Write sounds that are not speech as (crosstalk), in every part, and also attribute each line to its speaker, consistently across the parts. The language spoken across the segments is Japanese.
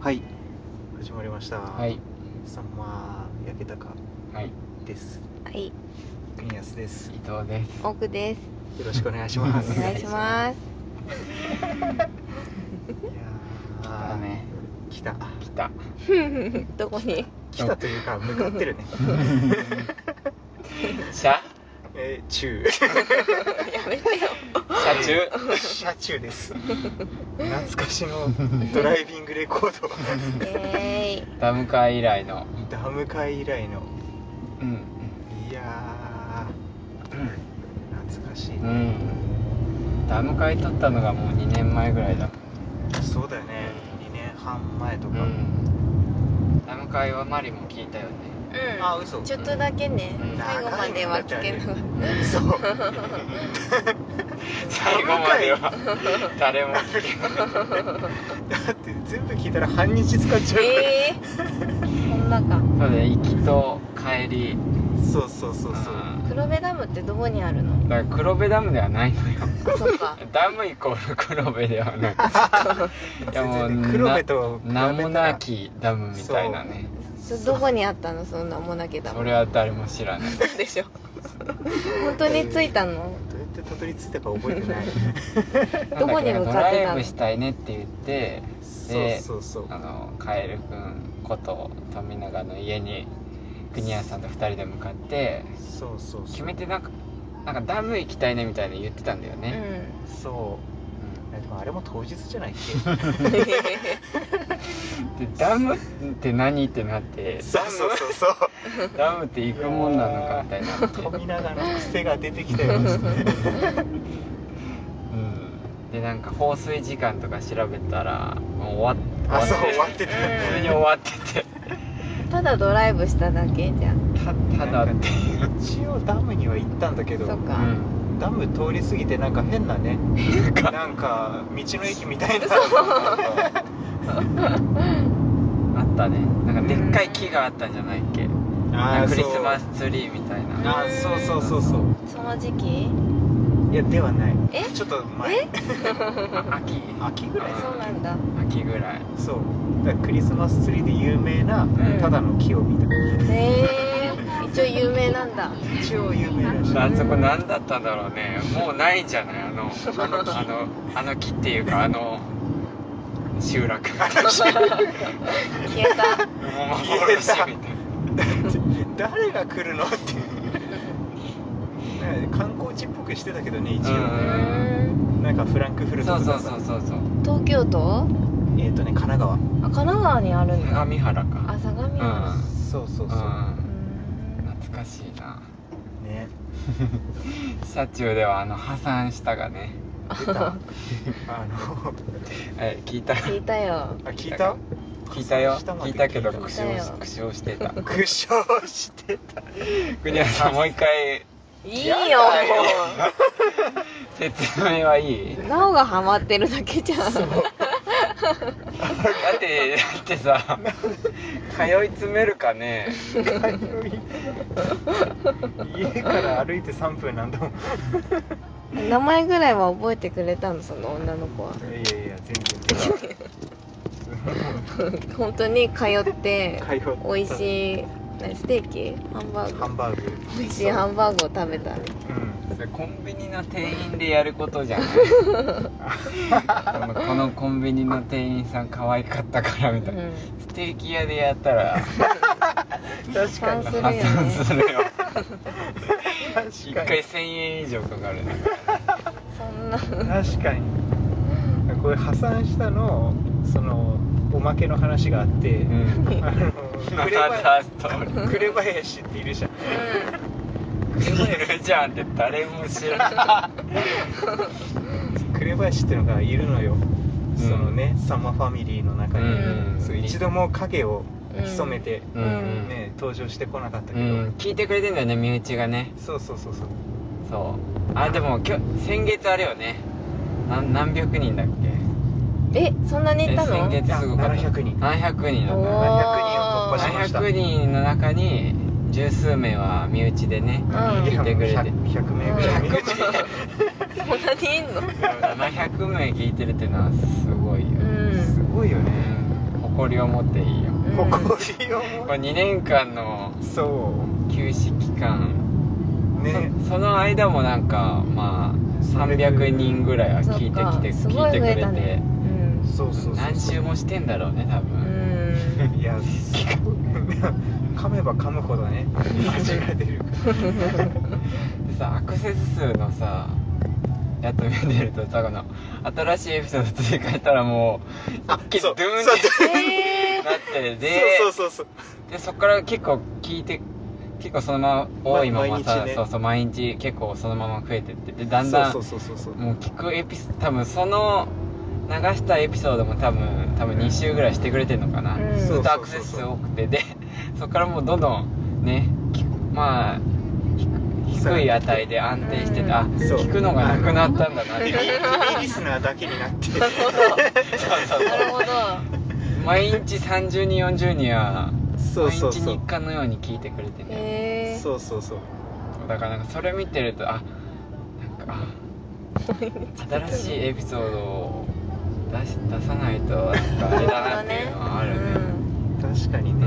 Speaker 1: はい始まりました
Speaker 2: はい
Speaker 1: さんま焼けたか
Speaker 2: はい
Speaker 1: です
Speaker 3: はい、
Speaker 1: 国安です
Speaker 2: 伊藤です
Speaker 3: 奥です。
Speaker 1: よろ (laughs) しくお願いします
Speaker 3: お願いします。
Speaker 1: いや
Speaker 2: 来
Speaker 1: ー
Speaker 2: たね
Speaker 1: 来た
Speaker 2: 来 (laughs) た
Speaker 3: どこに？
Speaker 1: 来たというか向かって (laughs) るね
Speaker 2: 車
Speaker 1: えー中
Speaker 3: やめてよ。
Speaker 2: 車中
Speaker 1: 車中です懐かし (laughs) のドライビングレコード
Speaker 3: イエーイ。
Speaker 2: ダム会以来の
Speaker 1: ダム会以来の
Speaker 2: うん
Speaker 1: いやー懐かしいね、
Speaker 2: うんダム会撮ったのがもう2年前ぐらいだ
Speaker 1: そうだよね2年半前と
Speaker 2: う
Speaker 1: か、
Speaker 2: んダム会はマリも聞いた (laughs) よね
Speaker 3: うん。
Speaker 1: あ嘘
Speaker 3: ちょっとだけね
Speaker 2: うん。
Speaker 3: 最後までは聞ける。
Speaker 1: そう (laughs)
Speaker 2: 最後までは誰も聞けない
Speaker 1: だって全部聞いたら半日使っちゃうから、
Speaker 3: ええー。こんなか。
Speaker 2: そうだね行きと帰り
Speaker 1: そうそうそうそう
Speaker 2: うん
Speaker 3: 黒部ダムってどこにあるの？
Speaker 2: だから黒部ダムではないのよ
Speaker 3: あそっ
Speaker 1: (laughs)
Speaker 3: か。
Speaker 2: ダムイコール黒部ではないいやもう
Speaker 1: 全然黒部と比べたら
Speaker 2: 名もなきダムみたいなね
Speaker 3: そどこにあったのそんなもなけダム。
Speaker 2: それは誰も知らない
Speaker 3: でしょ。本当に着いたの？
Speaker 1: どうやってたどり着いたか覚えてない (laughs)
Speaker 3: ど
Speaker 2: なんだ
Speaker 3: こに向かってたの
Speaker 2: っけなドライブしたいねって言ってで
Speaker 1: そうそうそ
Speaker 2: あのカエルくんこと富永の家に国安さんと2人で向かって
Speaker 1: うそうそう
Speaker 2: 決
Speaker 1: そ
Speaker 2: め
Speaker 1: う
Speaker 2: てなんかなんかダム行きたいねみたいな言ってたんだよ
Speaker 3: うん。
Speaker 2: ね、
Speaker 1: そうえでもあれも当日じゃないっ
Speaker 2: うんでダムって何ってなって
Speaker 1: けそうそうそうそう
Speaker 2: ダムダムって行くもんなのかみたいにな
Speaker 1: (laughs)
Speaker 2: って、
Speaker 1: 富永の癖が出てきた
Speaker 2: (laughs)
Speaker 1: (laughs) よ
Speaker 2: うん、でなんか放水時間とか調べたらもう終わっ
Speaker 1: あ
Speaker 2: 終
Speaker 1: そう
Speaker 2: わっ
Speaker 1: 終わって
Speaker 2: て
Speaker 1: る
Speaker 2: 普通に終わってて
Speaker 3: ただドライブしただけじゃん。
Speaker 2: たただって
Speaker 1: なんかね一応ダムには行ったんだけど
Speaker 3: そっ
Speaker 2: う
Speaker 3: か
Speaker 2: ん
Speaker 1: ダム通り過ぎてなんか変なねなんか道の駅みたいなそ
Speaker 2: あったねなんかでっかい木があったんじゃないっけなんかクリスマスツリーみたいな
Speaker 1: あーそうそうそうそう
Speaker 3: その時期？
Speaker 1: いやではない
Speaker 3: え
Speaker 1: ちょっと前
Speaker 3: え (laughs)
Speaker 2: あ秋
Speaker 1: 秋ぐらい
Speaker 2: あ
Speaker 1: だ
Speaker 3: そうなんだ。
Speaker 2: 秋ぐらい
Speaker 1: (laughs) そうだからクリスマスツリーで有名な
Speaker 3: うん
Speaker 1: ただの木を見た
Speaker 3: へえー。一応有名なんだ。
Speaker 1: 一応有名らしい
Speaker 2: なんそこ何だったんだろうねもうないんじゃない
Speaker 1: (laughs)
Speaker 2: あのあの
Speaker 1: の木
Speaker 2: あのあの木っていうかあの
Speaker 1: (laughs)
Speaker 2: 集落 (laughs) もう
Speaker 3: 消えた。
Speaker 2: 幻みた
Speaker 1: だ
Speaker 2: いな
Speaker 1: って誰が来るのって
Speaker 2: (laughs)
Speaker 1: いうなんか観光地っぽくしてたけどね一
Speaker 2: う
Speaker 3: う
Speaker 1: 応
Speaker 3: ーん
Speaker 1: なんかフランクフルト
Speaker 2: そう
Speaker 1: と
Speaker 2: そ
Speaker 1: か
Speaker 2: う
Speaker 1: さ
Speaker 2: そうそうそう
Speaker 3: 東京都
Speaker 1: えっとね神奈川
Speaker 3: あ神奈川にあるん
Speaker 2: 相
Speaker 3: だ
Speaker 2: 模原か
Speaker 3: あ相模
Speaker 2: うん
Speaker 3: 原
Speaker 1: そうそうそ
Speaker 2: う
Speaker 3: うんん
Speaker 2: 懐かしいな
Speaker 1: う
Speaker 2: (laughs)
Speaker 1: ね
Speaker 2: 車中ではあの破産したがね
Speaker 1: 出たあの
Speaker 2: え聞いた
Speaker 3: 聞いたよ
Speaker 1: あ聞いた
Speaker 2: 聞いたよ聞いたけど
Speaker 1: 聞い
Speaker 2: 苦
Speaker 1: た
Speaker 2: 笑し苦笑して
Speaker 3: (laughs)
Speaker 2: た
Speaker 1: 苦笑してた
Speaker 2: 国安さんもう一回
Speaker 3: いいよ
Speaker 2: やだよ説明はいいだ
Speaker 3: なおがハマってるだけじゃん
Speaker 2: ってだってさ通い詰めるかね
Speaker 1: 家から歩いて3分なんだもんい
Speaker 3: 名前ぐらいは覚えてくれたのその女の子は
Speaker 1: やいやいや全然
Speaker 3: 本当に通って
Speaker 1: 通った
Speaker 3: 美味しい何ステーキハンバー
Speaker 1: ハ
Speaker 3: グ
Speaker 1: ンバーグ
Speaker 3: 美味しいハンバーグを食べたね
Speaker 1: うん
Speaker 2: それコンビニの店員でやること
Speaker 3: (laughs)
Speaker 2: じゃないこのこのコンビニの店員さん可愛かったからみたいな、
Speaker 3: うん
Speaker 2: ステーキ屋でやったら
Speaker 3: 確かに
Speaker 2: 破産 (laughs) するよ一
Speaker 1: 確か
Speaker 2: 回
Speaker 1: に
Speaker 2: 1000円以上かかるね
Speaker 3: そんな
Speaker 1: 確かにこれ破産したのそのおまけの話があって、
Speaker 2: うん
Speaker 1: あの
Speaker 2: ま
Speaker 1: 紅
Speaker 2: た
Speaker 1: 林
Speaker 2: ストーリ
Speaker 1: 紅林っているじゃん
Speaker 2: ーいるじゃんって誰も知らない
Speaker 1: 紅林っていうのがいるのよ、
Speaker 2: ん
Speaker 1: そのねサマファミリーの中に、
Speaker 2: うん
Speaker 1: そう一度も影を潜めて、
Speaker 2: うん
Speaker 3: うん
Speaker 1: ね登場してこなかったけ
Speaker 2: う
Speaker 1: ど、
Speaker 2: ん聞いてくれてんだよね身内がね
Speaker 1: そうそうそうそう
Speaker 2: そうあでもきょ先月あれよねなん何百人だっけ
Speaker 3: えそんなにい
Speaker 2: え
Speaker 3: た
Speaker 2: 先
Speaker 3: の
Speaker 2: 月すごかった
Speaker 1: 700人
Speaker 2: 700人なんだよ
Speaker 3: お
Speaker 1: 700人を突破
Speaker 3: ー
Speaker 1: しました
Speaker 2: 700人の中に十数名は身内でね
Speaker 3: ん
Speaker 2: 聞いてくれて
Speaker 1: 100, 名ぐらい
Speaker 2: 100名
Speaker 3: そんなにいんの
Speaker 2: 700名聞いてるってのはすごいよ、
Speaker 3: うん
Speaker 1: すごいよね
Speaker 2: うん誇りを持っていいよ
Speaker 3: うん
Speaker 1: 誇りを持
Speaker 2: これ
Speaker 1: っ
Speaker 2: 2年間の
Speaker 1: てそ
Speaker 2: 休止期間、
Speaker 1: うね
Speaker 2: そその間もなんかまあ300人ぐらいは聞いてきて
Speaker 3: そっか
Speaker 2: 聞いてくれ
Speaker 3: すごい増えた
Speaker 2: て
Speaker 3: ねうん
Speaker 1: そうそうそう
Speaker 2: 何周もしてんだろうね多
Speaker 3: う
Speaker 2: 分、
Speaker 3: ん
Speaker 1: いやすごい噛めば噛むほどね味が出る
Speaker 2: でさアクセス数のさやっと見てるとさこの新しいエピソード追加したらもう
Speaker 1: あ
Speaker 2: 一気にド
Speaker 1: そ
Speaker 2: ゥ
Speaker 1: う
Speaker 2: ーンっ
Speaker 1: そう
Speaker 2: てなってで
Speaker 1: そうそうそうそう
Speaker 2: でそっから結構聞いて結構そのまま多いまま
Speaker 1: ま
Speaker 2: さ、
Speaker 1: 毎日ね
Speaker 2: そうそう毎日結構そのまま増えてってでだんだん
Speaker 1: そうそうそうそうそう
Speaker 2: もう聞くエピソード多分その流したエピソードも多分多分2週ぐらいしてくれてるのかな、
Speaker 3: うん
Speaker 2: ずっとアクセス数多くてで (laughs) そこからもうどんどんね聞くまあひ低い値で安定してて、
Speaker 3: うん
Speaker 2: あ
Speaker 1: そう
Speaker 2: 聞くのがなくなったんだなっ
Speaker 1: ヘビ
Speaker 2: て
Speaker 1: ヘビリスナーだけになって
Speaker 3: なるほ
Speaker 2: そ
Speaker 3: ど
Speaker 2: うそう
Speaker 3: (laughs) なるほど
Speaker 2: 毎日30人40人は
Speaker 1: (laughs) そう
Speaker 2: 毎
Speaker 1: そう
Speaker 2: 日
Speaker 1: そ
Speaker 2: 日
Speaker 1: う
Speaker 2: 課のように聞いてくれてね
Speaker 3: へえ
Speaker 1: そうそうそう
Speaker 2: だからなんかそれ見てるとあなんかあ新しいエピソードを出し出さないとなんかあれだなっていうのはあるね
Speaker 1: 確かに
Speaker 2: う
Speaker 1: ね、
Speaker 2: ん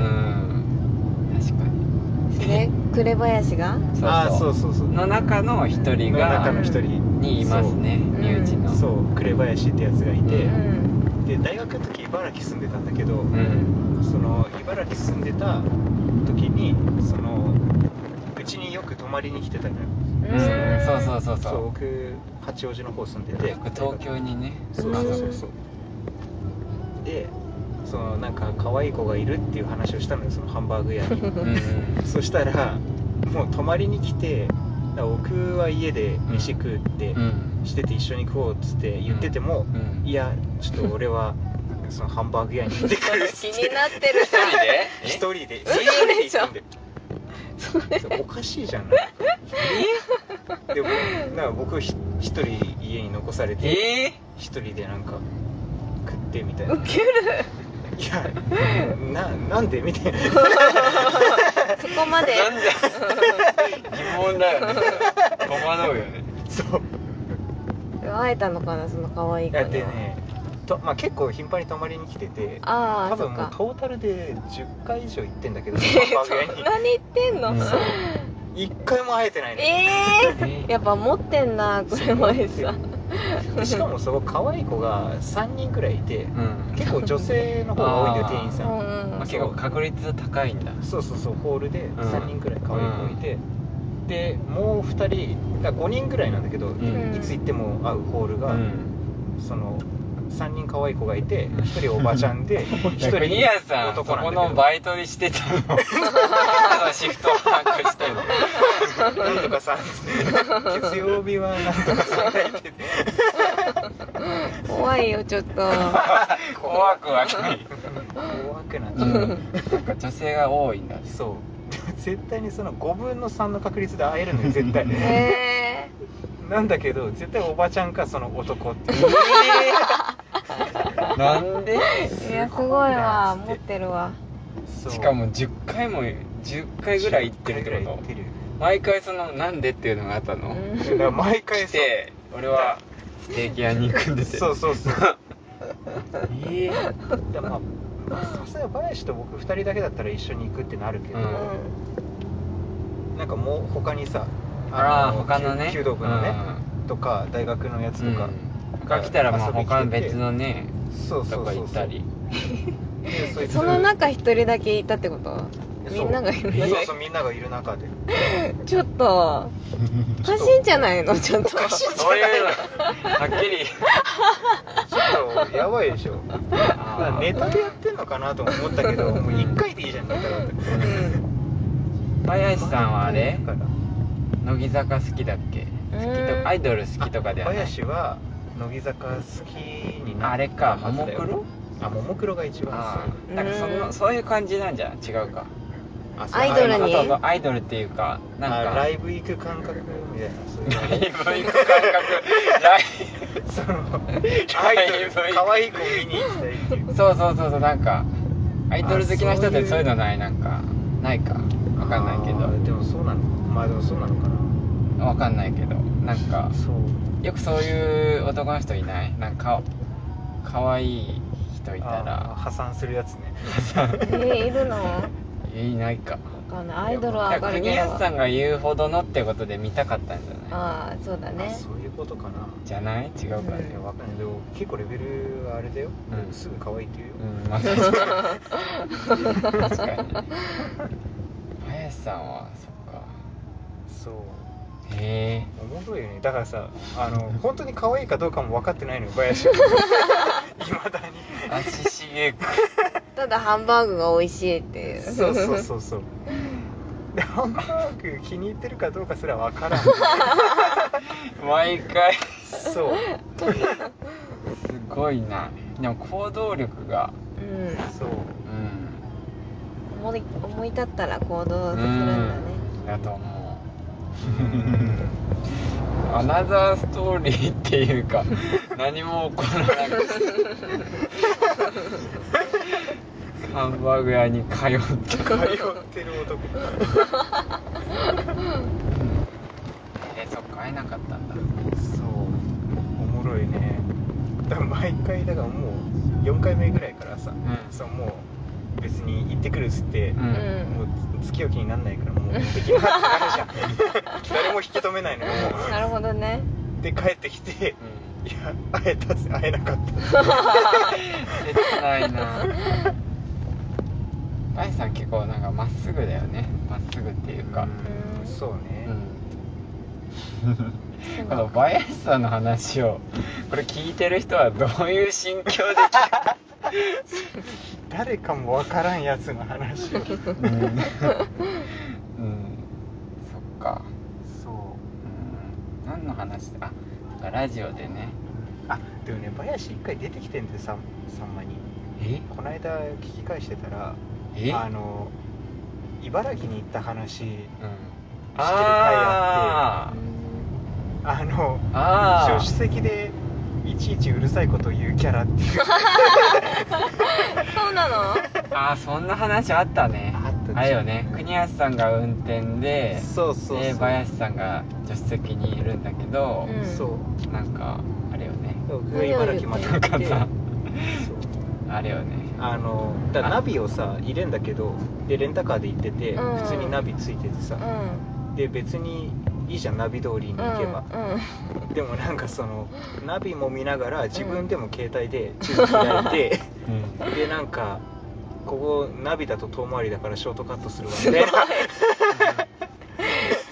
Speaker 2: 確かに
Speaker 3: うんで紅林が
Speaker 2: そう
Speaker 1: ああ
Speaker 2: そ
Speaker 1: そううそうそう
Speaker 2: の中の一人
Speaker 1: の中
Speaker 2: が
Speaker 1: の一人
Speaker 2: にいますね
Speaker 3: そう
Speaker 2: 身内の
Speaker 1: そうそう紅林ってやつがいて
Speaker 3: う、ん
Speaker 1: で大学の時茨城住んでたんだけど、
Speaker 2: うん
Speaker 1: その茨城住んでた時にそのうちによく泊まりに来てたのよ
Speaker 2: うんそうそうそう
Speaker 1: そ
Speaker 2: そうう
Speaker 1: 僕八王子の方住んでて
Speaker 2: 僕東京にね
Speaker 1: そうそうそうそうでそのなんか可愛い子がいるっていう話をしたのよそのハンバーグ屋
Speaker 2: (laughs)
Speaker 1: に
Speaker 2: うんうん
Speaker 1: そしたらもう泊まりに来てだから僕は家で飯食うって
Speaker 2: うん
Speaker 1: してて一緒に食おうっつって言ってても、
Speaker 2: うん
Speaker 1: いやちょっと俺はそのハンバーグ屋に行ってくるっつ
Speaker 3: 気
Speaker 1: って
Speaker 3: になってる
Speaker 2: 一人でえ
Speaker 1: 一人で一
Speaker 3: 嘘
Speaker 1: 人で
Speaker 3: でし
Speaker 1: 行く
Speaker 3: ょ
Speaker 1: んでおかしいじゃないでもなんか僕ひ一人家に残されて
Speaker 2: え
Speaker 1: 一人でなんか食ってみたい
Speaker 3: (laughs)
Speaker 1: な
Speaker 3: ウケる
Speaker 1: いやななんでみたい
Speaker 3: (laughs)
Speaker 1: な
Speaker 3: そこまで
Speaker 2: なんで疑問だよ
Speaker 1: (laughs)
Speaker 2: ね戸惑うよね
Speaker 1: そう
Speaker 3: 会えたのかなその可愛い子
Speaker 1: だっ
Speaker 3: に
Speaker 1: て
Speaker 3: は
Speaker 1: ねと、まあ、結構頻繁に泊まりに来てて
Speaker 3: あ
Speaker 1: 多
Speaker 3: あそ
Speaker 1: 分
Speaker 3: っ
Speaker 1: もう
Speaker 3: か
Speaker 1: トータルで10回以上行ってんだけど
Speaker 3: え
Speaker 1: ハンバーグ
Speaker 3: そんなに言ってんの
Speaker 2: うんそう
Speaker 1: 屋に1回も会えてないのよ
Speaker 3: ええやっぱ持ってんな紅林さん
Speaker 1: でしかもそこ可愛い子が3人くらいいて
Speaker 2: うん
Speaker 1: 結構女性の方が多いんだよ
Speaker 2: あー
Speaker 1: 店員さん
Speaker 2: まあ、
Speaker 3: う
Speaker 2: 結構確率高いんだ
Speaker 1: そうそうそうホールで
Speaker 2: ん
Speaker 1: 3人くらい可愛い子がいて、でもう2人だ5人くらいなんだけど、
Speaker 2: ん
Speaker 1: いつ行っても会うホールが、
Speaker 2: うん
Speaker 1: その3人可愛い子がいて
Speaker 2: うん
Speaker 1: 1人おばちゃんで1人
Speaker 2: 国谷さんそ
Speaker 1: 男な
Speaker 2: こ
Speaker 1: んだ
Speaker 2: の
Speaker 1: け
Speaker 2: バイトにしてたの
Speaker 1: (laughs)
Speaker 2: あのシフトを把握してんの
Speaker 1: どなんとかさんっつって月曜日はなんとかさんがいて
Speaker 3: 怖いよちょっと
Speaker 2: 怖くはない、
Speaker 1: 怖くなっち
Speaker 2: う
Speaker 1: ゃう、
Speaker 2: ん、女性が多いんだ
Speaker 1: そうでも絶対にその5分の3の確率で会えるのよ絶対
Speaker 2: (laughs)
Speaker 3: へえ
Speaker 1: なんだけど絶対おばちゃんかその男っていう
Speaker 2: なんで
Speaker 3: いやす
Speaker 2: (laughs)
Speaker 3: ご
Speaker 1: す
Speaker 3: いわ
Speaker 1: ごいな
Speaker 3: 持ってるわ
Speaker 1: そう
Speaker 2: しかも10回も10回ぐらい行ってるっ
Speaker 1: 10回ぐ
Speaker 2: てこ
Speaker 1: らい行
Speaker 2: と
Speaker 1: ってる
Speaker 2: 毎回そのなんでっていうのがあったの、
Speaker 3: うん
Speaker 1: だから毎回そう
Speaker 2: 来て俺はステーキ屋に行くんです
Speaker 1: そうそうそう
Speaker 2: えー
Speaker 1: で (laughs) まあさすがに林と僕2人だけだったら一緒に行くってなるけど、
Speaker 2: うん
Speaker 1: なんかもう他にさ
Speaker 2: ああ他のね
Speaker 1: 弓道部のね、とか大学のやつ
Speaker 2: うん
Speaker 1: とか、
Speaker 2: うん他来たらまあ
Speaker 1: 遊びに来て
Speaker 2: 他の別のね
Speaker 1: そう
Speaker 2: と
Speaker 1: そう
Speaker 2: か
Speaker 1: そうそ
Speaker 2: 行
Speaker 1: う
Speaker 2: ったり
Speaker 1: でそいつ
Speaker 3: その中一人だけいたってこと
Speaker 1: そう
Speaker 3: みんながいる
Speaker 1: そうそうみんながいる中で
Speaker 2: (laughs)
Speaker 3: ちょっとおかしいんじゃないのちょっと
Speaker 2: そういうのはっきり
Speaker 1: ちょっとやばいでしょまあネタでやってんのかなとも思ったけどもう1回でいいじゃんネタだって
Speaker 2: 林さんはあれ
Speaker 1: 毎回だから
Speaker 2: 乃木坂好きだっけ
Speaker 3: うん
Speaker 2: 好きとかアイドル好きとかではない
Speaker 1: 林は乃木坂好きにな
Speaker 2: あれかももクロ
Speaker 1: あももクロが一
Speaker 2: あ
Speaker 1: 番
Speaker 2: あなんかそのそういう感じなんじゃん違うか
Speaker 1: 好き
Speaker 3: アイドルに
Speaker 2: あそうそうアイドルっていうかなん
Speaker 1: あ
Speaker 2: か
Speaker 1: ライブ行く感覚みたいなそういう
Speaker 2: (laughs) ライブ行く感覚ライ
Speaker 1: その
Speaker 2: ア
Speaker 1: ア
Speaker 2: イ
Speaker 1: イ
Speaker 2: ド
Speaker 1: ド
Speaker 2: ル
Speaker 1: ル
Speaker 2: 可
Speaker 1: 可愛い子見に行きたいっていう
Speaker 2: ブそうそうそうそうなんかアイドル好きな人っ
Speaker 1: あそうい
Speaker 2: て
Speaker 1: う
Speaker 2: そういうのないなんかないかわかんないけど
Speaker 1: でもそうなのまあでもそうなのかな
Speaker 2: わかんないけどなんか
Speaker 1: そう
Speaker 2: よくそういう男の人いないなんかかかわいい人いた
Speaker 1: あー
Speaker 2: ら
Speaker 1: 破産するやつね
Speaker 3: (laughs) えー、いるのわ
Speaker 2: いないか
Speaker 3: かんないアイドルはわかる
Speaker 2: 国
Speaker 3: け
Speaker 2: 安
Speaker 3: ど
Speaker 2: さんが言うほどのってことで見たかったんじゃない
Speaker 3: ああそうだ
Speaker 1: あ
Speaker 3: ね
Speaker 1: そういうことかな
Speaker 2: じゃない違うか
Speaker 3: うん
Speaker 1: いやわかんないでも結構レベルはあれだよ、
Speaker 2: うん
Speaker 1: すぐ可愛いって言うよ、
Speaker 2: うんまあ確かに確かに林さんはそっか
Speaker 1: そう
Speaker 2: へえ
Speaker 1: おもろいよねだからさあの本当に可愛いかどうかも分かってないのよ (laughs) 林はいまだに
Speaker 2: 足しげく
Speaker 3: ただハンバーグが美味しいっていう
Speaker 1: そうそうそうそうでハンバーグ気に入ってるかどうかすら分からん
Speaker 2: 毎回
Speaker 1: そう
Speaker 2: すごいなでも行動力が
Speaker 3: (laughs) うん
Speaker 1: そう
Speaker 2: うん
Speaker 3: 思い思い立ったら行動するんだね
Speaker 2: だと思うアナザーストーリー (laughs) っていうか何も起こらなくてハンバーグ屋に通って
Speaker 1: 通ってる男
Speaker 2: えー、そっか会えなかったんだ
Speaker 1: そうおもろいねだから毎回だからもう4回目ぐらいからさ、
Speaker 2: ん
Speaker 1: そうもう別に行ってくるっつって、
Speaker 2: うん
Speaker 1: もう付き合う気になんないからもうできなくなるじゃん誰も引き止めないのよも
Speaker 3: うんなるほどね
Speaker 1: うで帰ってきて
Speaker 2: うん
Speaker 1: いや会えたぜ会えなかった
Speaker 2: 切ないなあいさん結構なんかまっすぐだよねまっすぐっていう
Speaker 1: う
Speaker 2: か
Speaker 1: んそう
Speaker 2: う
Speaker 1: ね、
Speaker 2: (laughs) んこの林さんの話をこれ聞いてる人はどういう心境で
Speaker 1: 誰かもわからんやつの話
Speaker 2: (laughs)
Speaker 1: を
Speaker 2: 聞くうん、うん、そっか
Speaker 1: そ
Speaker 2: うん何の話だあなんかラジオでね
Speaker 1: うあでもね林一回出てきてんでささんまに
Speaker 2: え
Speaker 1: この間聞き返してたら
Speaker 2: え
Speaker 1: あの茨城に行った話
Speaker 2: うん
Speaker 1: 回あ
Speaker 2: あー
Speaker 1: あの
Speaker 2: あ
Speaker 1: 助手席でいちいちうるさいことを言うキャラっていう
Speaker 3: そうなの
Speaker 2: あーそんな話あったね
Speaker 1: あったでしょ
Speaker 2: れよね国安さんが運転で
Speaker 1: そうそう
Speaker 2: で
Speaker 1: そう、
Speaker 2: 林さんが助手席にいるんだけど、
Speaker 3: うん
Speaker 1: そう
Speaker 2: なんかあれよね
Speaker 1: 僕が茨城まで行って
Speaker 2: 何を言ってんの
Speaker 1: そ
Speaker 2: か
Speaker 1: う
Speaker 2: あれよね
Speaker 1: あのだからナビをさ入れんだけどでレンタカーで行ってて、
Speaker 3: うん
Speaker 1: 普通にナビついてて
Speaker 3: うん
Speaker 1: さ、で別にいいじゃんナビ通りに行けば、
Speaker 3: うんうん
Speaker 1: でもなんかそのナビも見ながら自分でも携帯で地図開いて、
Speaker 2: うん
Speaker 1: でなんかここナビだと遠回りだからショートカットするわみ
Speaker 3: (laughs)
Speaker 1: たいな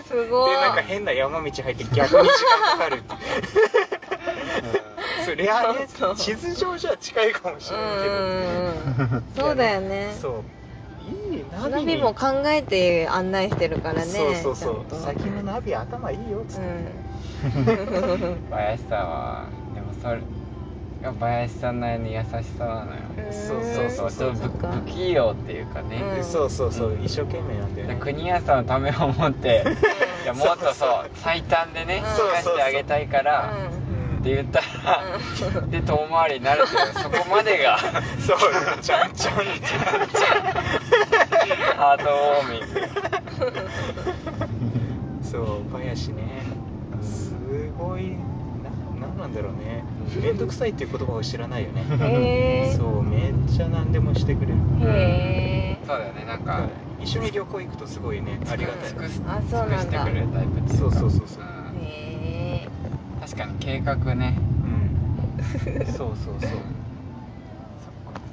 Speaker 3: すごい
Speaker 1: でなんか変な山道入って逆に時間かかるっていうそれあれ
Speaker 3: そうそ
Speaker 1: 地
Speaker 3: う
Speaker 1: 図上じゃ近いかもしれないけど、
Speaker 3: うんうんうんそうだよね
Speaker 1: そういいナビ
Speaker 3: ナ
Speaker 1: に
Speaker 3: ビも考えて案内してるからね
Speaker 1: そうそうそ
Speaker 3: ちゃん
Speaker 1: う
Speaker 3: と
Speaker 1: 先のナビ頭いいよっつ
Speaker 3: う
Speaker 1: って、
Speaker 3: ん
Speaker 2: 林さんはでもそれが林さんなりの優しさなのよ
Speaker 3: うん
Speaker 1: そうそうそう
Speaker 2: そう
Speaker 1: そ
Speaker 2: ぶ
Speaker 1: う
Speaker 3: か
Speaker 2: 不器用っていうかね、
Speaker 3: うん
Speaker 1: そうそうそう、
Speaker 2: うん
Speaker 1: 一生懸命なんだよ
Speaker 2: で
Speaker 1: ね
Speaker 2: 国安さんのためを
Speaker 1: (laughs)
Speaker 2: 思って
Speaker 3: うん
Speaker 2: いやもっとそう最短でね
Speaker 3: うん
Speaker 2: 生かしてあげたいから、
Speaker 1: うん
Speaker 2: って言ったら、で遠回りになるけど
Speaker 3: (laughs)
Speaker 2: そこまでが
Speaker 1: そうちゃんちゃんちゃん
Speaker 2: ハートウォーミング
Speaker 1: そう林ねすごいななんなんだろうね
Speaker 2: うん
Speaker 1: 面倒くさいっていう言葉を知らない (laughs) よね
Speaker 3: うんへえ
Speaker 1: そうめっちゃ何でもしてくれる
Speaker 3: へえ
Speaker 2: そうだよねなんか
Speaker 1: 一緒に旅行行くとすごいねありがたい
Speaker 2: 尽くす
Speaker 3: あ
Speaker 2: 尽
Speaker 3: そうなん
Speaker 2: く
Speaker 3: だ
Speaker 2: してくれるタイプっていか
Speaker 1: そうそうそうそうん
Speaker 3: へえ
Speaker 2: 確かに計画ね
Speaker 1: うん (laughs) そうそうそう
Speaker 2: そっか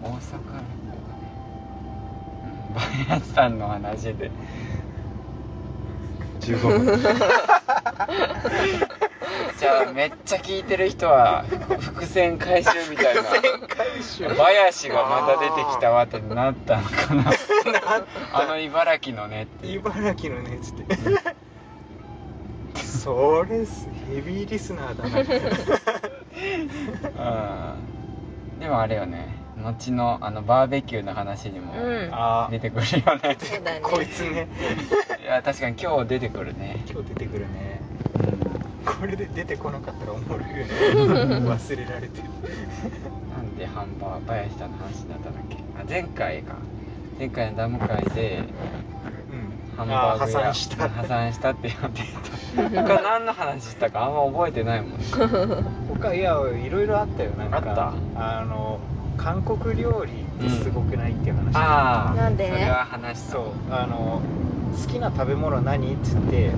Speaker 2: 大阪旅行ねうんバイアスさんの話で15分じゃあめっちゃ聞いてる人は伏線回収みたいな林がまた出てきたわってなったのか (laughs) なあの茨城のねっていう
Speaker 1: 茨城のねっつってそれすヘビーリスナーだな
Speaker 2: うんでもあれよね後のあのバーベキューの話にも
Speaker 3: うん
Speaker 1: (laughs) あ
Speaker 2: 出てくるよね、
Speaker 3: そうだね
Speaker 1: こいつね
Speaker 2: いや確かに今日出てくるね
Speaker 1: (laughs) 今日出てくるねこれで出てこなかったらおもろい (laughs) よね忘れられてる
Speaker 2: なんでハンバーグ林さんの話になったんだっけあ前回か前回のダム会で
Speaker 1: うん
Speaker 2: ハンバーグ
Speaker 1: あー破
Speaker 2: 屋
Speaker 1: 産した
Speaker 2: うん破産したっていうので他何の話したかあんま覚えてないもんね
Speaker 1: 他いやいろいろあったよなんか
Speaker 2: あ
Speaker 1: あの韓国料理ってすごくないっていう話、
Speaker 2: ああ
Speaker 3: なんで
Speaker 2: それは話し
Speaker 1: そう
Speaker 2: そ
Speaker 1: あの好きな食べ物何って言って、
Speaker 3: うん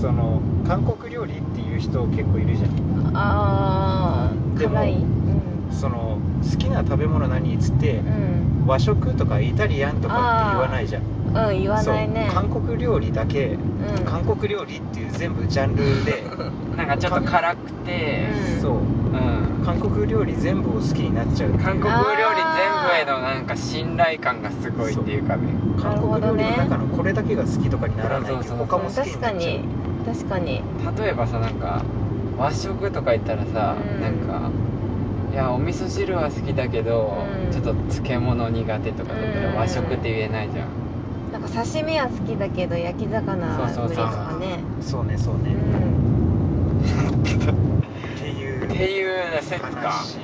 Speaker 1: その韓国料理っていう人結構いるじゃん
Speaker 3: ああ
Speaker 1: でも
Speaker 3: 辛いうん
Speaker 1: その好きな食べ物何っつって
Speaker 3: うん
Speaker 1: 和食とかイタリアンとかって言わないじゃん
Speaker 3: うん言わないね
Speaker 1: そう韓国料理だけ、
Speaker 3: うん
Speaker 1: 韓国料理っていう全部ジャンルで、
Speaker 2: うなんかちょっと辛くて
Speaker 3: うん
Speaker 1: そう
Speaker 2: うん
Speaker 1: 韓国料理全部を好きになっちゃうっていう
Speaker 2: 韓国料理全部へのなんか信頼感がすごいっていうかね
Speaker 1: 韓国料理の中のこれだけが好きとかにならないっていう
Speaker 2: そうそうそう
Speaker 1: 他も好き
Speaker 3: 確
Speaker 1: に
Speaker 3: か
Speaker 1: なっちゃう
Speaker 3: に確かに
Speaker 2: 例えばさなんか和食とか言ったらさ、
Speaker 3: うん
Speaker 2: なんかいやお味噌汁は好きだけど、
Speaker 3: うん
Speaker 2: ちょっと漬物苦手とかだから
Speaker 3: うん
Speaker 2: 和食って言えないじゃん、
Speaker 3: なんか刺身は好きだけど焼き魚は無理とかね
Speaker 1: そうねそう
Speaker 3: う
Speaker 1: ね、
Speaker 3: ん
Speaker 1: っていう
Speaker 2: っていう説か
Speaker 1: 話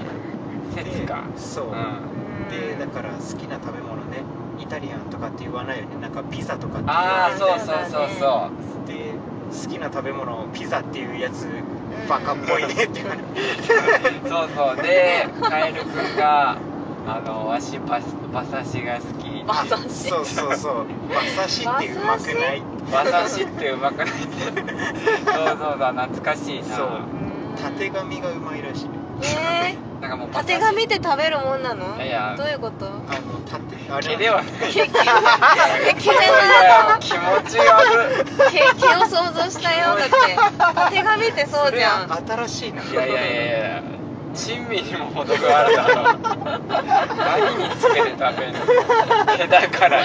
Speaker 2: 説か
Speaker 1: でそう、
Speaker 2: うん
Speaker 1: でだから好きな食べ物ねイタリアンとかって言わないよねなんかピザとかって言
Speaker 2: あ
Speaker 1: わ
Speaker 2: あ
Speaker 1: ない
Speaker 2: そ
Speaker 1: よ
Speaker 2: う
Speaker 1: ね
Speaker 2: そうそうそう
Speaker 1: で好きな食べ物をピザっていうやつバカっぽいねっていう
Speaker 2: そうそうでカエルくんがあのわし馬馬刺しが好きって
Speaker 3: 馬刺し
Speaker 1: そうそうそう馬刺しっていうまくない
Speaker 2: 馬刺しってうまくないってそうそうそう懐かしいな
Speaker 1: そう
Speaker 3: うん
Speaker 1: たてがみがうまいらしい
Speaker 3: え
Speaker 2: なんかもう
Speaker 3: ー、
Speaker 2: 馬
Speaker 3: た
Speaker 2: 刺して
Speaker 3: がみって食べるもんなの
Speaker 2: いや
Speaker 3: どういうこと
Speaker 1: あのたてあ
Speaker 2: え
Speaker 1: れ
Speaker 2: では
Speaker 3: 毛毛
Speaker 2: 気持ち悪い
Speaker 3: 毛を想像したよだってたてがみってそうじゃん
Speaker 1: 新しいない
Speaker 2: やいやいやいや珍味にも程があるだろう何につけて食べるの毛だから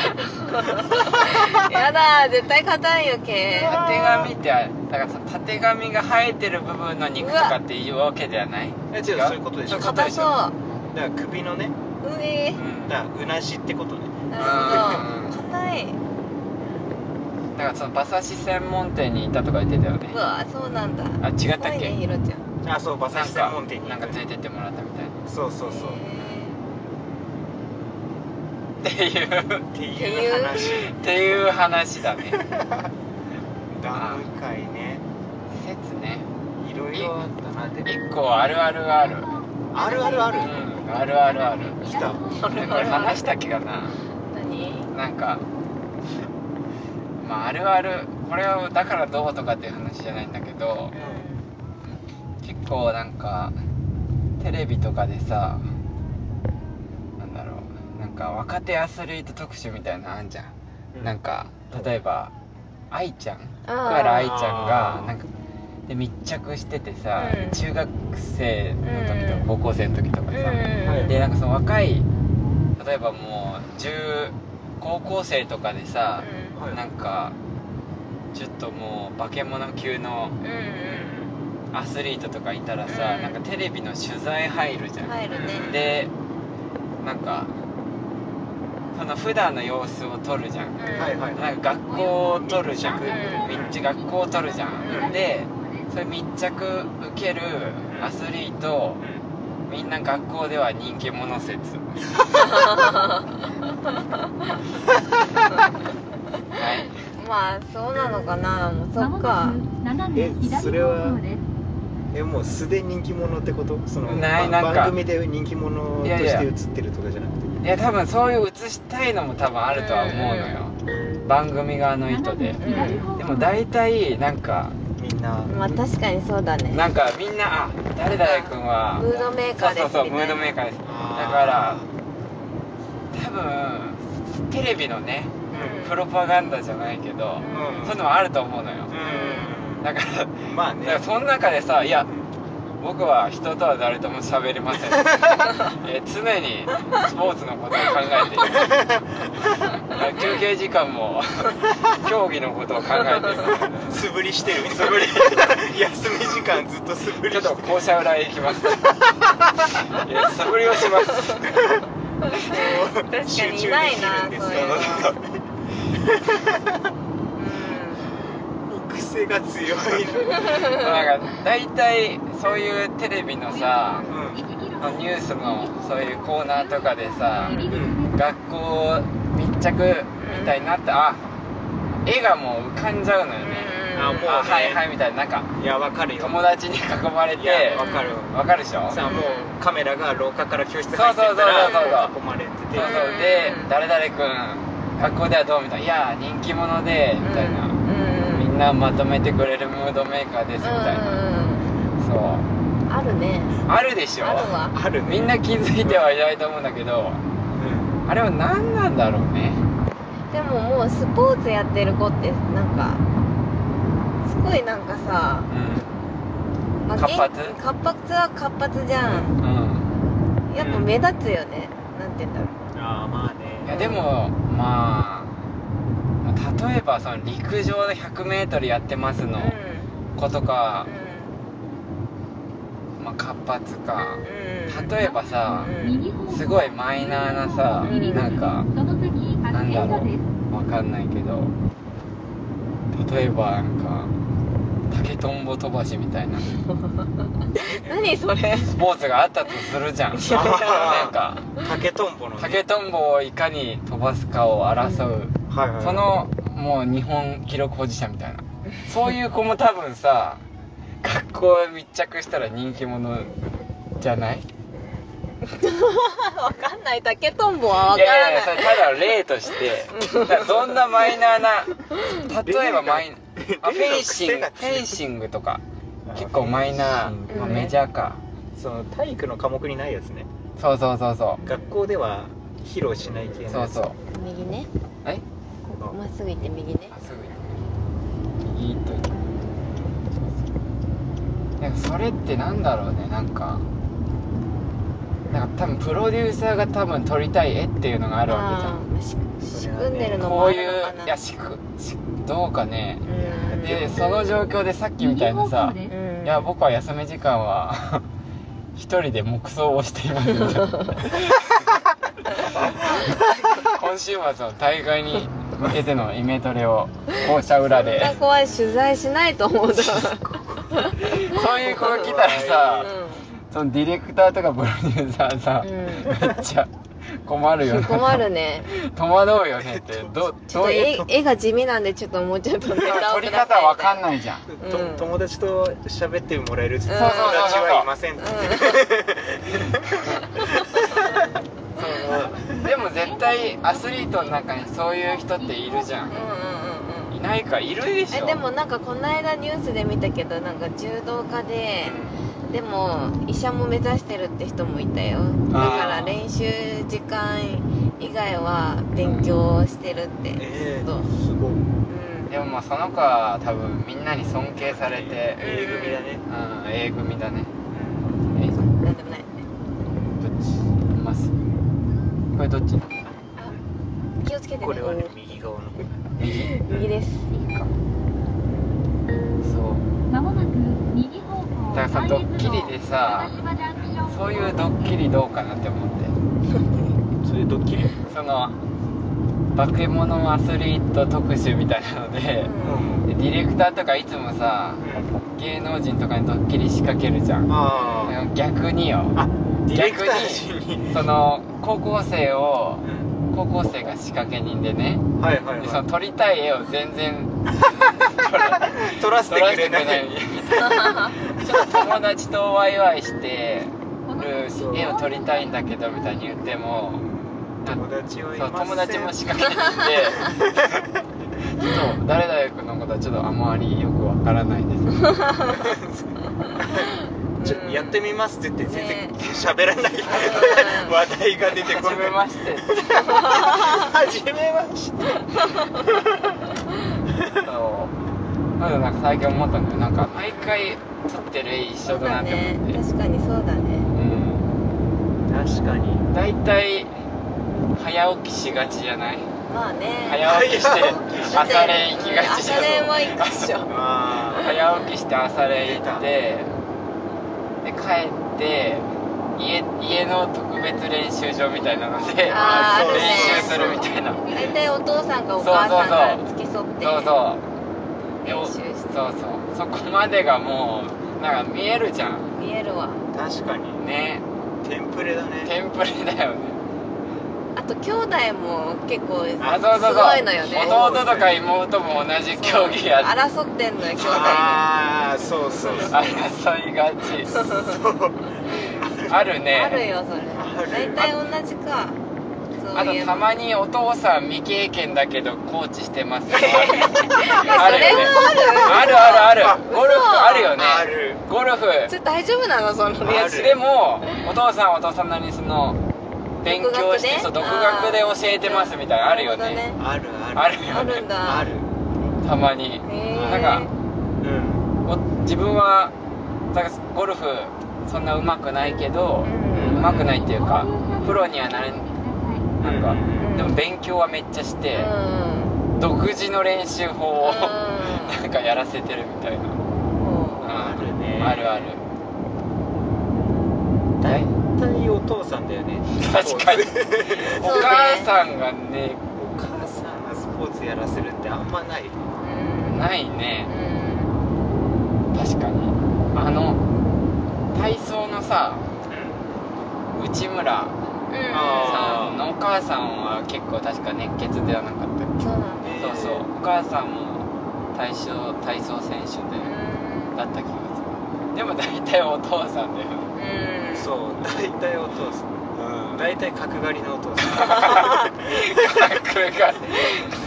Speaker 3: やだ絶対硬いよ毛
Speaker 2: たてがみってだからさたてがみが生えてる部分の肉とかっていうわけではない
Speaker 1: え違うそういうことでしょ
Speaker 2: そういうこと
Speaker 3: 硬
Speaker 2: でし
Speaker 3: そ
Speaker 2: ょ
Speaker 3: う
Speaker 1: だから首のね
Speaker 3: うえ
Speaker 2: う
Speaker 3: ー
Speaker 2: ん
Speaker 1: だからうなじってことね
Speaker 3: なるほど硬い
Speaker 2: だからその馬刺し専門店に行ったとか言ってたよね
Speaker 3: うわそうなんだ
Speaker 2: あ違ったっけ
Speaker 3: すごいねひろちゃん
Speaker 1: あそう馬
Speaker 2: な
Speaker 1: 刺
Speaker 2: ん
Speaker 1: し
Speaker 2: か
Speaker 1: 専門店に
Speaker 2: なんか連れてってもらったみたい
Speaker 1: そうそうそう
Speaker 2: なっていう
Speaker 1: っていう話
Speaker 2: っていう話だね
Speaker 1: (laughs) 段階ね
Speaker 2: 説ね
Speaker 1: いろいろあったなで
Speaker 2: 一個あるあるある
Speaker 1: あるあるあ
Speaker 2: う
Speaker 1: る
Speaker 2: んあるあるある
Speaker 1: 来た
Speaker 2: これ話したっけかな
Speaker 3: 何
Speaker 2: なんかまああるあるこれをだからどうとかっていう話じゃないんだけど結構なんかテレビとかでさなんだろうなんか若手アスリート特集みたいなのあんじゃん、なんか例えば愛ちゃん福
Speaker 3: あー
Speaker 2: 原愛ちゃん
Speaker 1: あ
Speaker 2: が
Speaker 1: ー
Speaker 2: なんかで密着しててさ、
Speaker 3: うん
Speaker 2: 中学生の時と
Speaker 3: う
Speaker 2: か
Speaker 3: ん
Speaker 2: 高校生の時とかさ、
Speaker 1: はい
Speaker 2: でなんかその若い例えばもう10高校生とかでさ、
Speaker 1: うん
Speaker 2: なんかちょっともう化け物級の
Speaker 3: うんうん
Speaker 2: アスリートとかいたらさ、
Speaker 3: うん
Speaker 2: なんかテレビの取材入るじゃん、
Speaker 3: 入るね
Speaker 2: でなんかその普段の様子を撮るじゃん、
Speaker 3: うん
Speaker 1: はいはい
Speaker 2: なんか学校を撮るじゃん、
Speaker 3: うん
Speaker 2: 密着学校を撮るじゃん、
Speaker 1: うん
Speaker 2: でそれ密着受けるアスリートみんな学校では人気者説はい
Speaker 3: まあそうなのかなもうそ
Speaker 4: まも
Speaker 3: っ
Speaker 4: な
Speaker 3: か
Speaker 4: く斜め
Speaker 1: えそれ
Speaker 4: 左
Speaker 1: は
Speaker 4: 方向です。
Speaker 1: えもう素で人気者ってことその
Speaker 2: ない
Speaker 1: ば
Speaker 2: なんか
Speaker 1: 番組で人気者と
Speaker 2: いやい
Speaker 1: し
Speaker 2: や
Speaker 1: て映ってるとかじゃなくて
Speaker 2: いや多分そういう映したいのも多分あるとは思うのよ番組側の意図で
Speaker 4: 斜め左方向
Speaker 2: でも大体なんか
Speaker 1: みんな
Speaker 3: まあ確かにそうだね
Speaker 2: なんかみんなあ誰々君は
Speaker 3: ムードメーカーです
Speaker 2: そうそうそう
Speaker 3: み
Speaker 2: ム
Speaker 3: た
Speaker 2: ー
Speaker 3: いな
Speaker 2: ドメーカーですだ
Speaker 1: あー
Speaker 2: から多分テレビのね
Speaker 3: うん
Speaker 2: プロパガンダじゃないけど
Speaker 1: ん
Speaker 2: そういうのはあると思うのよ
Speaker 1: うん (laughs)
Speaker 2: だから
Speaker 1: まあ
Speaker 2: だ
Speaker 1: ね
Speaker 2: からその中でさいや僕は人とは誰とも喋り
Speaker 1: (laughs)
Speaker 2: ませんえ常にスポーツのことを考えている休憩時
Speaker 1: (laughs)
Speaker 2: 間も競技のことを考えている
Speaker 1: 素振りしてる
Speaker 2: 素振り
Speaker 1: (laughs) 休み時間ずっと素振り
Speaker 2: ちょ
Speaker 1: し
Speaker 2: ってと
Speaker 1: る
Speaker 2: 校舎裏へ行きますいや素振りをします
Speaker 1: 確
Speaker 3: 確かにいないなそういうの
Speaker 2: (laughs)
Speaker 1: 癖が強い
Speaker 2: なんか大体そういうテレビのさニュースのそういうコーナーとかでさ学校密着みたいになったあ絵がもう浮かんじゃうのよね、
Speaker 3: う
Speaker 1: あもうね
Speaker 2: あはいはいみたいななんか
Speaker 1: いやわかるよ
Speaker 2: 友達に囲まれ
Speaker 1: い
Speaker 2: て
Speaker 1: や
Speaker 2: わ
Speaker 1: わかる
Speaker 2: かるでしょ
Speaker 1: さあもうカメラが廊下から教室入ってた
Speaker 2: そうそうそうそう
Speaker 1: ら
Speaker 2: そう
Speaker 1: 囲まれてて
Speaker 2: そうそう
Speaker 3: うん
Speaker 2: で誰々君学校ではどうみたいないや人気者でみたいな、
Speaker 3: うん
Speaker 2: みんなまとめてくれるムードメーカーですみたいな、
Speaker 3: うん
Speaker 2: そう
Speaker 3: うんあるね
Speaker 2: あるでしょ
Speaker 3: あるわ
Speaker 1: あるね
Speaker 2: みんな気づいてはいないと思うんだけど
Speaker 1: うん
Speaker 2: あれは何なんだろうね
Speaker 3: でももうスポーツやってる子ってなんかすごいなんかさ
Speaker 2: う
Speaker 3: まあ
Speaker 2: 活発
Speaker 3: 元気活発は活発じゃん
Speaker 2: んうん
Speaker 3: やっぱ目立つよね、なんて言うんだろう
Speaker 1: ああまあ
Speaker 2: い
Speaker 1: ね
Speaker 2: やでもまあ例えばその陸上で 100m やってますの子とか、まあ、活発か
Speaker 3: うん
Speaker 2: 例えばさす
Speaker 4: す
Speaker 2: ご
Speaker 4: ご
Speaker 2: い
Speaker 4: い
Speaker 2: マ
Speaker 4: マ
Speaker 2: イ
Speaker 4: イ
Speaker 2: ナ
Speaker 4: ナ
Speaker 2: ー
Speaker 4: ー
Speaker 2: な
Speaker 4: な
Speaker 2: さ
Speaker 4: さ
Speaker 2: な
Speaker 4: なんん
Speaker 2: か
Speaker 4: か
Speaker 2: な
Speaker 4: なんん
Speaker 2: だ
Speaker 4: だ
Speaker 2: ろ
Speaker 4: ろ
Speaker 2: うわかんないけど例えばなんか竹とんぼ飛ばしみたいなス
Speaker 3: 何それ (laughs)
Speaker 2: ポーツがあったとするじゃん
Speaker 1: 知ら (laughs) ない
Speaker 2: (laughs) なんか
Speaker 1: (laughs) 竹とんぼのね
Speaker 2: 竹とんぼをいかに飛ばすかを争う
Speaker 1: はいはいはい
Speaker 2: そのもう日本記録保持者みたいなそういう子も多分さ学校へ密着したら人気者じゃない
Speaker 3: わかんない竹とんぼはわか
Speaker 2: や
Speaker 3: ら
Speaker 2: いや
Speaker 3: な
Speaker 2: そ
Speaker 3: い
Speaker 2: れただの例としてだからどんなマイナーな例えばマイナ
Speaker 1: 例が
Speaker 2: あフェンシング
Speaker 1: 例
Speaker 2: フ
Speaker 1: が癖が強い
Speaker 2: ェンシングとか結構マイナ
Speaker 1: フェンシン
Speaker 2: ー、
Speaker 1: グ
Speaker 2: まあ、
Speaker 3: うん
Speaker 2: メジャーか
Speaker 1: その体育の科目にないやつね
Speaker 2: そうそうそうそ
Speaker 1: 学校では披露しない系の
Speaker 2: うそう
Speaker 1: やつ
Speaker 2: そう
Speaker 3: 右ね
Speaker 2: え
Speaker 3: ここまっすぐ行って右ね
Speaker 2: あすぐいいとなんかそれってなんだろうねなんかなんか多分プロデューサーが多分撮りたい絵っていうのがあるわけじゃん
Speaker 3: あーし仕組んでるのも
Speaker 2: こ
Speaker 3: あ
Speaker 2: う
Speaker 3: る
Speaker 2: い
Speaker 3: のか
Speaker 2: う
Speaker 3: ない
Speaker 2: やしくしどうかね
Speaker 3: うん
Speaker 2: でその状況でさっきみたいなさ
Speaker 4: 右方向
Speaker 3: う
Speaker 4: で
Speaker 2: 「
Speaker 3: ん
Speaker 2: いや僕は休み時間は (laughs) 一人で黙想をしてい
Speaker 3: (laughs)
Speaker 2: ます」みたいな今週末は大会に向けてのイメトレを校舎裏で
Speaker 3: (laughs) そんな怖い取材しないと思うだ
Speaker 2: そういう子が来たらさ、
Speaker 3: う
Speaker 2: そのディレクターとかプロデューサーさ、
Speaker 3: うん
Speaker 2: めっちゃ困るよ
Speaker 3: ん
Speaker 2: な
Speaker 3: 困るね
Speaker 2: 戸惑うよねってど
Speaker 3: ちょ
Speaker 2: どう
Speaker 3: っと
Speaker 2: いう
Speaker 3: 絵絵が地味なんでちょっともうちょっとネタを
Speaker 2: 撮
Speaker 3: く
Speaker 2: り
Speaker 3: だ
Speaker 2: 方
Speaker 3: さい
Speaker 2: わかん
Speaker 3: い
Speaker 2: ないじゃん
Speaker 1: と
Speaker 3: うん
Speaker 1: 友達と喋ってもらえる友達
Speaker 3: そうそうそうそう
Speaker 1: はいませんって
Speaker 2: でも絶対アスリートの中にそういう人っているじゃ
Speaker 3: うん
Speaker 2: ん
Speaker 3: うんうんうん
Speaker 2: いないかいるでし
Speaker 3: え
Speaker 2: ょ
Speaker 3: でもなんかこの間ニュースで見たけどなんか柔道家ででも医者も目指してるって人もいたよだから練習時間以外は勉強してるってず
Speaker 1: え
Speaker 3: っと、
Speaker 1: ーすごい
Speaker 3: うん
Speaker 2: でもまあその子は多分みんなに尊敬されて
Speaker 1: A 組だね
Speaker 2: うん A 組だね
Speaker 3: なんでもない
Speaker 2: どっちますこれどっち
Speaker 3: あ気をつけてね
Speaker 1: これはね右側の
Speaker 2: 右
Speaker 3: 右です
Speaker 2: 右かそう
Speaker 4: まもなく右方向
Speaker 2: だからさドッキリでさそういうドッキリどうかなって思って
Speaker 1: それドッキリ
Speaker 2: その化け物アスリート特集みたいなので
Speaker 1: う
Speaker 3: う
Speaker 1: ん
Speaker 2: でディレクターとかいつもさ芸能人とかにドッキリ仕掛けるじゃん
Speaker 1: あ
Speaker 2: 逆によ
Speaker 1: ああディレクター
Speaker 2: 逆
Speaker 1: 陣に
Speaker 2: その高校生を
Speaker 1: うん
Speaker 2: 高校生が仕掛け人でね
Speaker 1: はいはい
Speaker 2: でその
Speaker 1: は
Speaker 2: 撮りたい絵を全然
Speaker 1: い撮らせてくれない
Speaker 2: 撮らせてくれないちょっと友達とワイワイしてる
Speaker 1: そう
Speaker 2: 絵を撮りたいんだけどみたいに言っても
Speaker 1: 友達はい
Speaker 2: そう
Speaker 1: ません
Speaker 2: 友達も仕掛けてきて
Speaker 3: (laughs)
Speaker 2: ちょっと誰々君のことはちょっとあまりよくわからないです
Speaker 1: (laughs) ちょやってみますって言って全然喋
Speaker 3: (laughs)
Speaker 1: らない
Speaker 3: ん
Speaker 1: 話題が出てこな
Speaker 2: 初め
Speaker 1: い
Speaker 2: まして
Speaker 1: (laughs) 初めまして
Speaker 2: そうまだなんか最近思ったんだよなんか毎回撮ってる絵一
Speaker 3: そ
Speaker 2: 緒
Speaker 3: う
Speaker 2: だな
Speaker 3: だ
Speaker 2: って
Speaker 3: ね
Speaker 2: 思って
Speaker 3: 確かにそうだね
Speaker 1: 確かに
Speaker 2: 大体早起きしがちじゃない
Speaker 3: まあね
Speaker 2: 早起きして朝練行きがちじゃな
Speaker 3: 朝
Speaker 2: い
Speaker 3: 練は行くでしょ
Speaker 1: ああ
Speaker 2: 早起きして朝練行ってで帰って家家の特別練習場みたいなので練
Speaker 3: あ
Speaker 1: ーあるね
Speaker 2: 習するみたいな
Speaker 3: 大体お父さんかお母さんが付き添って
Speaker 2: そうそう
Speaker 3: 練習して
Speaker 2: そうそうそこまでがもうなんか見えるじゃん
Speaker 3: 見えるわ
Speaker 1: 確かに
Speaker 2: ね
Speaker 1: テンプレだね
Speaker 2: テンプレだよね
Speaker 3: あと兄弟も結構すごい
Speaker 2: あそうそうそう
Speaker 3: のよね
Speaker 1: そう
Speaker 2: 弟とか妹も同じ競技やって
Speaker 3: そう争ってんのよ兄弟が
Speaker 1: ああそうそうそう
Speaker 2: 争いがちあるね
Speaker 3: あるよそれ
Speaker 1: ある
Speaker 3: 大体同じか
Speaker 2: あ
Speaker 3: そうい
Speaker 2: と
Speaker 3: え
Speaker 2: た
Speaker 3: ば
Speaker 2: まにお父さん未経験だけどコーチしてますね (laughs)
Speaker 3: あ
Speaker 2: あ
Speaker 3: それも
Speaker 2: あ
Speaker 3: あ
Speaker 2: る
Speaker 3: る
Speaker 2: あるあ
Speaker 1: あ
Speaker 2: るゴルフあるよね
Speaker 1: ある
Speaker 2: ゴルフ
Speaker 3: それ大丈夫なのそのリア
Speaker 1: ある
Speaker 2: でもお父さんはお父さんなりにその勉強してそう独学で教えてますみたいなあるよね
Speaker 1: あるある
Speaker 2: あるよね
Speaker 3: あるんだ
Speaker 1: ある
Speaker 2: たまに
Speaker 3: へえ
Speaker 2: なんか
Speaker 1: うん
Speaker 2: お自分はなんかゴルフそんな上手くないけど
Speaker 3: うん
Speaker 2: 上手くないっていうかプロにはなれんなんか、
Speaker 1: うん
Speaker 2: でも勉強はめっちゃして、
Speaker 3: うん
Speaker 2: 独自の練習法を、
Speaker 3: うん
Speaker 2: (laughs) なんかやらせてるみたいな、
Speaker 3: も
Speaker 1: あるね
Speaker 2: あるある
Speaker 1: 大体お父さんだよね
Speaker 2: 確かに
Speaker 1: スポー
Speaker 2: お
Speaker 1: ツ
Speaker 3: そうね
Speaker 2: 母さんがね
Speaker 1: お母さんがスポーツやらせるってあんまないう
Speaker 3: うん
Speaker 2: ないね
Speaker 3: うん
Speaker 2: 確かにあの体操のさ内村
Speaker 3: う
Speaker 2: さ
Speaker 3: ん
Speaker 2: んのお母さんは結構確か熱血ではなかったっけ
Speaker 3: そうなんだ
Speaker 1: えー
Speaker 2: そうそうお母さんも体操体操選手
Speaker 3: う
Speaker 2: で
Speaker 3: ん
Speaker 2: だった気がするでも大体お父さんだよね
Speaker 3: うん
Speaker 1: そう大体お父さん大体角刈りのお父 (laughs) さん
Speaker 2: 格がス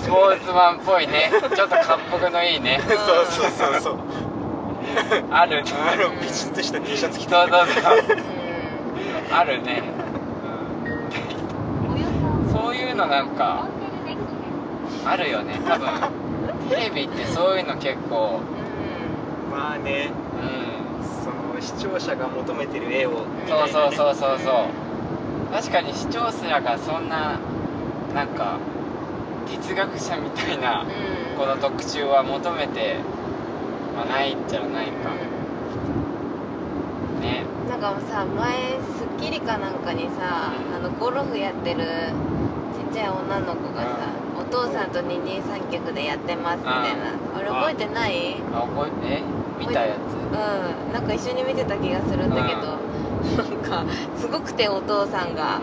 Speaker 2: ポーツマンっぽいねちょっと感服のいいね
Speaker 1: そうそうそうそう
Speaker 2: あるね
Speaker 1: あのピチッとした T シャツ着て
Speaker 2: そうそうそう
Speaker 3: うん
Speaker 2: あるねそういうのなんかあるよね多分テレビってそういうの結構
Speaker 3: う
Speaker 1: まあね
Speaker 2: うん
Speaker 1: その視聴者が求めてる絵を
Speaker 2: そうそうそううそうそう確かに視聴者がそんななんか哲学者みたいなこの特集は求めて、まあ、ないんじゃないかね
Speaker 3: んなんかさ前『スッキリ』かなんかにさあのゴルフやってるちっちゃい女の子がさお父さんと二人三脚でやってますみたいなあれ覚えてない
Speaker 2: あ覚ええ見たやつ
Speaker 3: うんなんか一緒に見てた気がするんだけどなんかすごくてお父さんが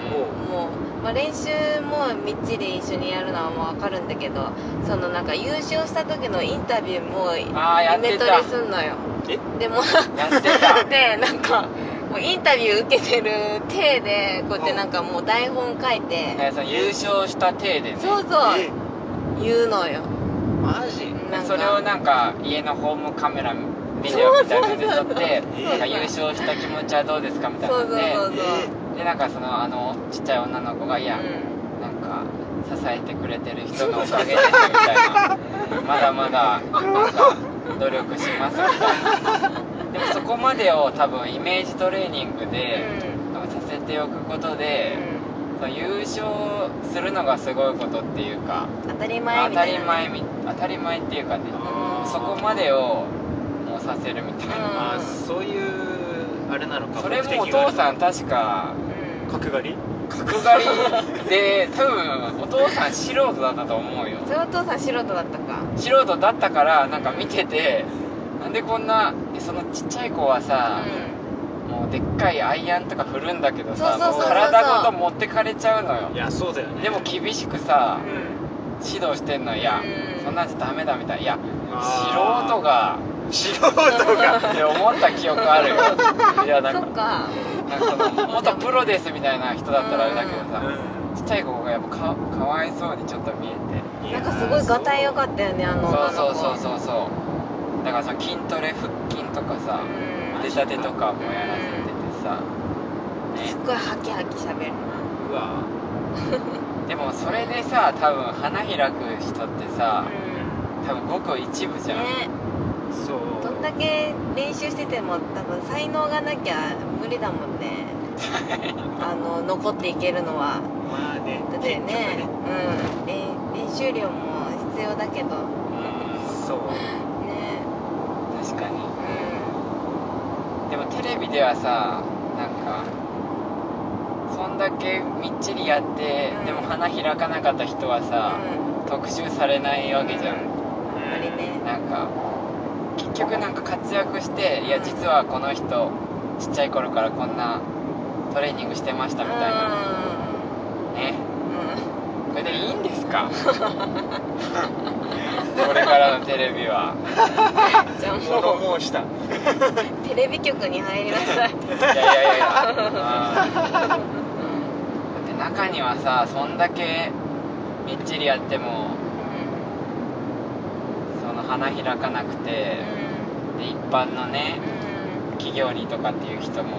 Speaker 3: もう、まあ、練習もみっちり一緒にやるのはもう分かるんだけどそのなんか優勝した時のインタビューも
Speaker 2: あーやって
Speaker 3: メト
Speaker 2: た
Speaker 3: レすんのよ
Speaker 1: え
Speaker 3: でも
Speaker 2: やってた
Speaker 3: (laughs) でなんかもうインタビュー受けてる体でこうやってなんかもう台本書いて
Speaker 2: ねその優勝した体でね
Speaker 3: そうそう
Speaker 1: え
Speaker 3: 言うのよ
Speaker 1: マジ
Speaker 3: なんか
Speaker 2: それをなんか家のホームカメラビデオみたいなので撮っ
Speaker 1: そうそうそ
Speaker 2: て
Speaker 1: う
Speaker 2: なんか優勝した気持ちはどうですかみたい
Speaker 3: そ
Speaker 2: な
Speaker 3: うそ
Speaker 2: の
Speaker 3: うそう
Speaker 2: で
Speaker 3: そう
Speaker 2: でなんかそのあのちっちゃい女の子が「いや、
Speaker 3: う
Speaker 2: なんか支えてくれてる人のおかげです」みたいな「まだまだなんか努力します」み
Speaker 3: (laughs)
Speaker 2: たいなでもそこまでを多分イメージトレーニングで、
Speaker 3: ん
Speaker 2: 多分させておくことで、
Speaker 3: う
Speaker 2: その優勝するのがすごいことっていうか
Speaker 3: ん当たり前
Speaker 2: 当
Speaker 3: み
Speaker 2: た
Speaker 3: たい
Speaker 2: り
Speaker 3: な
Speaker 2: 前み当たり前っていうかね
Speaker 1: あー
Speaker 2: そこまでをもうさせるみたいな、
Speaker 1: あそういうあれなのか
Speaker 2: それも
Speaker 1: 目
Speaker 2: お
Speaker 1: 的があ
Speaker 2: 父
Speaker 1: る
Speaker 2: さん確か
Speaker 3: うん
Speaker 1: 角刈り
Speaker 2: 角刈りで (laughs) 多分お父さん素人だったと思うよ
Speaker 3: それお父さん素人だったか
Speaker 2: 素人だったからなんか見ててなんでこんなえそのちっちゃい子はさ、
Speaker 3: う
Speaker 2: もうでっかいアイアンとか振るんだけどさ
Speaker 3: そうそう
Speaker 1: そうそう
Speaker 2: もう体ごと持ってかれちゃう
Speaker 1: い
Speaker 2: のよ
Speaker 1: やそうだよね
Speaker 2: でも厳しくさ、
Speaker 3: んうん
Speaker 2: 指導してんのいや、
Speaker 3: うん
Speaker 2: そんなんじゃダメだみたいないや
Speaker 1: あー
Speaker 2: 素人が
Speaker 1: (laughs) 素人が
Speaker 2: って思った記憶ある
Speaker 3: (laughs)
Speaker 2: よいやなん
Speaker 3: そ
Speaker 2: か
Speaker 3: っか
Speaker 2: なんかその元プロですみたいな人だったらあれだけど
Speaker 1: う
Speaker 2: さ、ちっちゃい子がやっぱかかわいそうにちょっと見え
Speaker 1: ん
Speaker 2: て
Speaker 3: なんかすごいガタイ良かったよねあの女の子
Speaker 2: そうそうそうそうそうだからその筋トレ腹筋とかさ
Speaker 3: うん
Speaker 2: 腕立てとかもやらせててさ、
Speaker 3: すっ
Speaker 2: ね、
Speaker 3: ごいハキハキしゃべる
Speaker 1: うわ
Speaker 2: でもそれでさ多分花開く人ってさ多分ごく一部じゃん、
Speaker 3: ね
Speaker 1: そう
Speaker 3: どんだけ練習してても多分才能がなきゃ無理だもんねあの残っていけるのは
Speaker 1: まあね
Speaker 3: だってねうん練練習量も必要だけど
Speaker 2: うん
Speaker 1: (laughs) そう
Speaker 3: ね
Speaker 2: (laughs) 確かに
Speaker 3: うん
Speaker 2: でもテレビではさなんかそんだけみっちりやって、
Speaker 3: うん
Speaker 2: でも花開かなかった人はさ、特集されないわけじゃ、
Speaker 3: うんあんまりね
Speaker 2: なんか結局なんか活躍していや実はこの人ちっちゃい頃からこんなトレーニングしてましたみたいな、ね
Speaker 3: うん
Speaker 2: でいいんです
Speaker 3: (laughs)
Speaker 2: かこれからのテレビは
Speaker 3: じゃあも
Speaker 1: 物申した
Speaker 3: うテレビ局に入りなさい
Speaker 2: いやいやいやいや
Speaker 3: (laughs)
Speaker 2: あーだって中にはさそんだけみっちりやっても
Speaker 3: う
Speaker 2: その花開かなくて
Speaker 3: ん
Speaker 2: で一般のね企業にとかっていう人も